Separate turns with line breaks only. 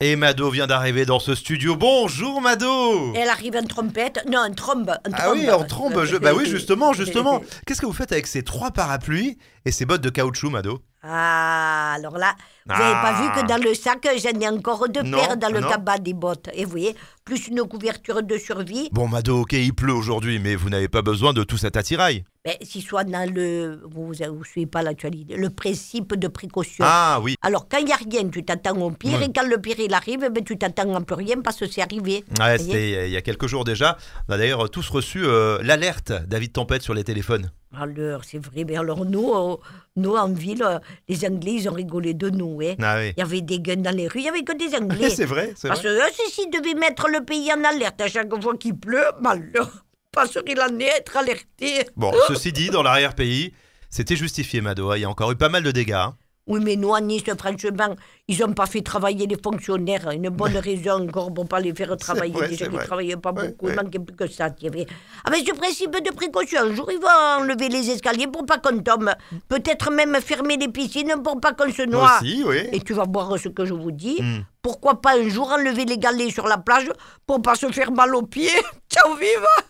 Et Mado vient d'arriver dans ce studio. Bonjour Mado
Elle arrive en trompette, non, en trombe. En
Ah oui, en trombe. Je... Bah oui, justement, justement. Qu'est-ce que vous faites avec ces trois parapluies et ces bottes de caoutchouc, Mado
Ah, alors là, vous n'avez
Ah.
pas vu que dans le sac, j'en ai encore deux
Non,
paires dans le
non.
cabas des bottes. Et vous voyez, plus une couverture de survie,
Bon, Mado, ok, il pleut aujourd'hui, mais vous n'avez pas besoin de tout cet attirail.
ben, si soit dans le. Vous ne suivez pas l'actualité, le principe de précaution.
Ah oui.
Alors, quand il n'y a rien, tu t'attends au pire,
Ouais.
et quand le pire il arrive, ben, tu t'attends à plus rien parce que c'est
Ouais,
arrivé. Vous voyez
c'était euh, il y a quelques jours déjà. On a d'ailleurs tous reçu euh, l'alerte David Tempête sur les téléphones.
Alors, c'est vrai. Mais alors, nous, euh, nous, en ville, euh, les Anglais, ils ont rigolé de nous. hein.
Ah oui.
Il y avait des guns dans les rues, il n'y avait que des Anglais.
c'est vrai, c'est
Parce
vrai.
que euh, eux, c'est s'ils devaient mettre le pays en alerte à chaque fois qu'il pleut, malheur. Passerait l'année à être alerté.
Bon, ceci dit, dans l'arrière-pays, c'était justifié, Mado. hein. Il y a encore eu pas mal de dégâts. hein.
Oui, mais nous, à Nice, franchement, ils n'ont pas fait travailler les fonctionnaires. Une bonne raison encore pour ne pas les faire travailler.
vrai,
Déjà
c'est
qu'ils ne
vrai.
travaillaient pas
Ouais,
beaucoup,
ouais.
il manquait plus que ça. tu sais. Avec ce principe de précaution, un jour, ils vont enlever les escaliers pour pas qu'on tombe. Peut-être même fermer les piscines pour pas qu'on se
Moi
noie.
aussi, oui.
Et tu vas voir ce que je vous dis.
Hmm.
Pourquoi pas un jour enlever les galets sur la plage pour pas se faire mal aux pieds Ciao, vive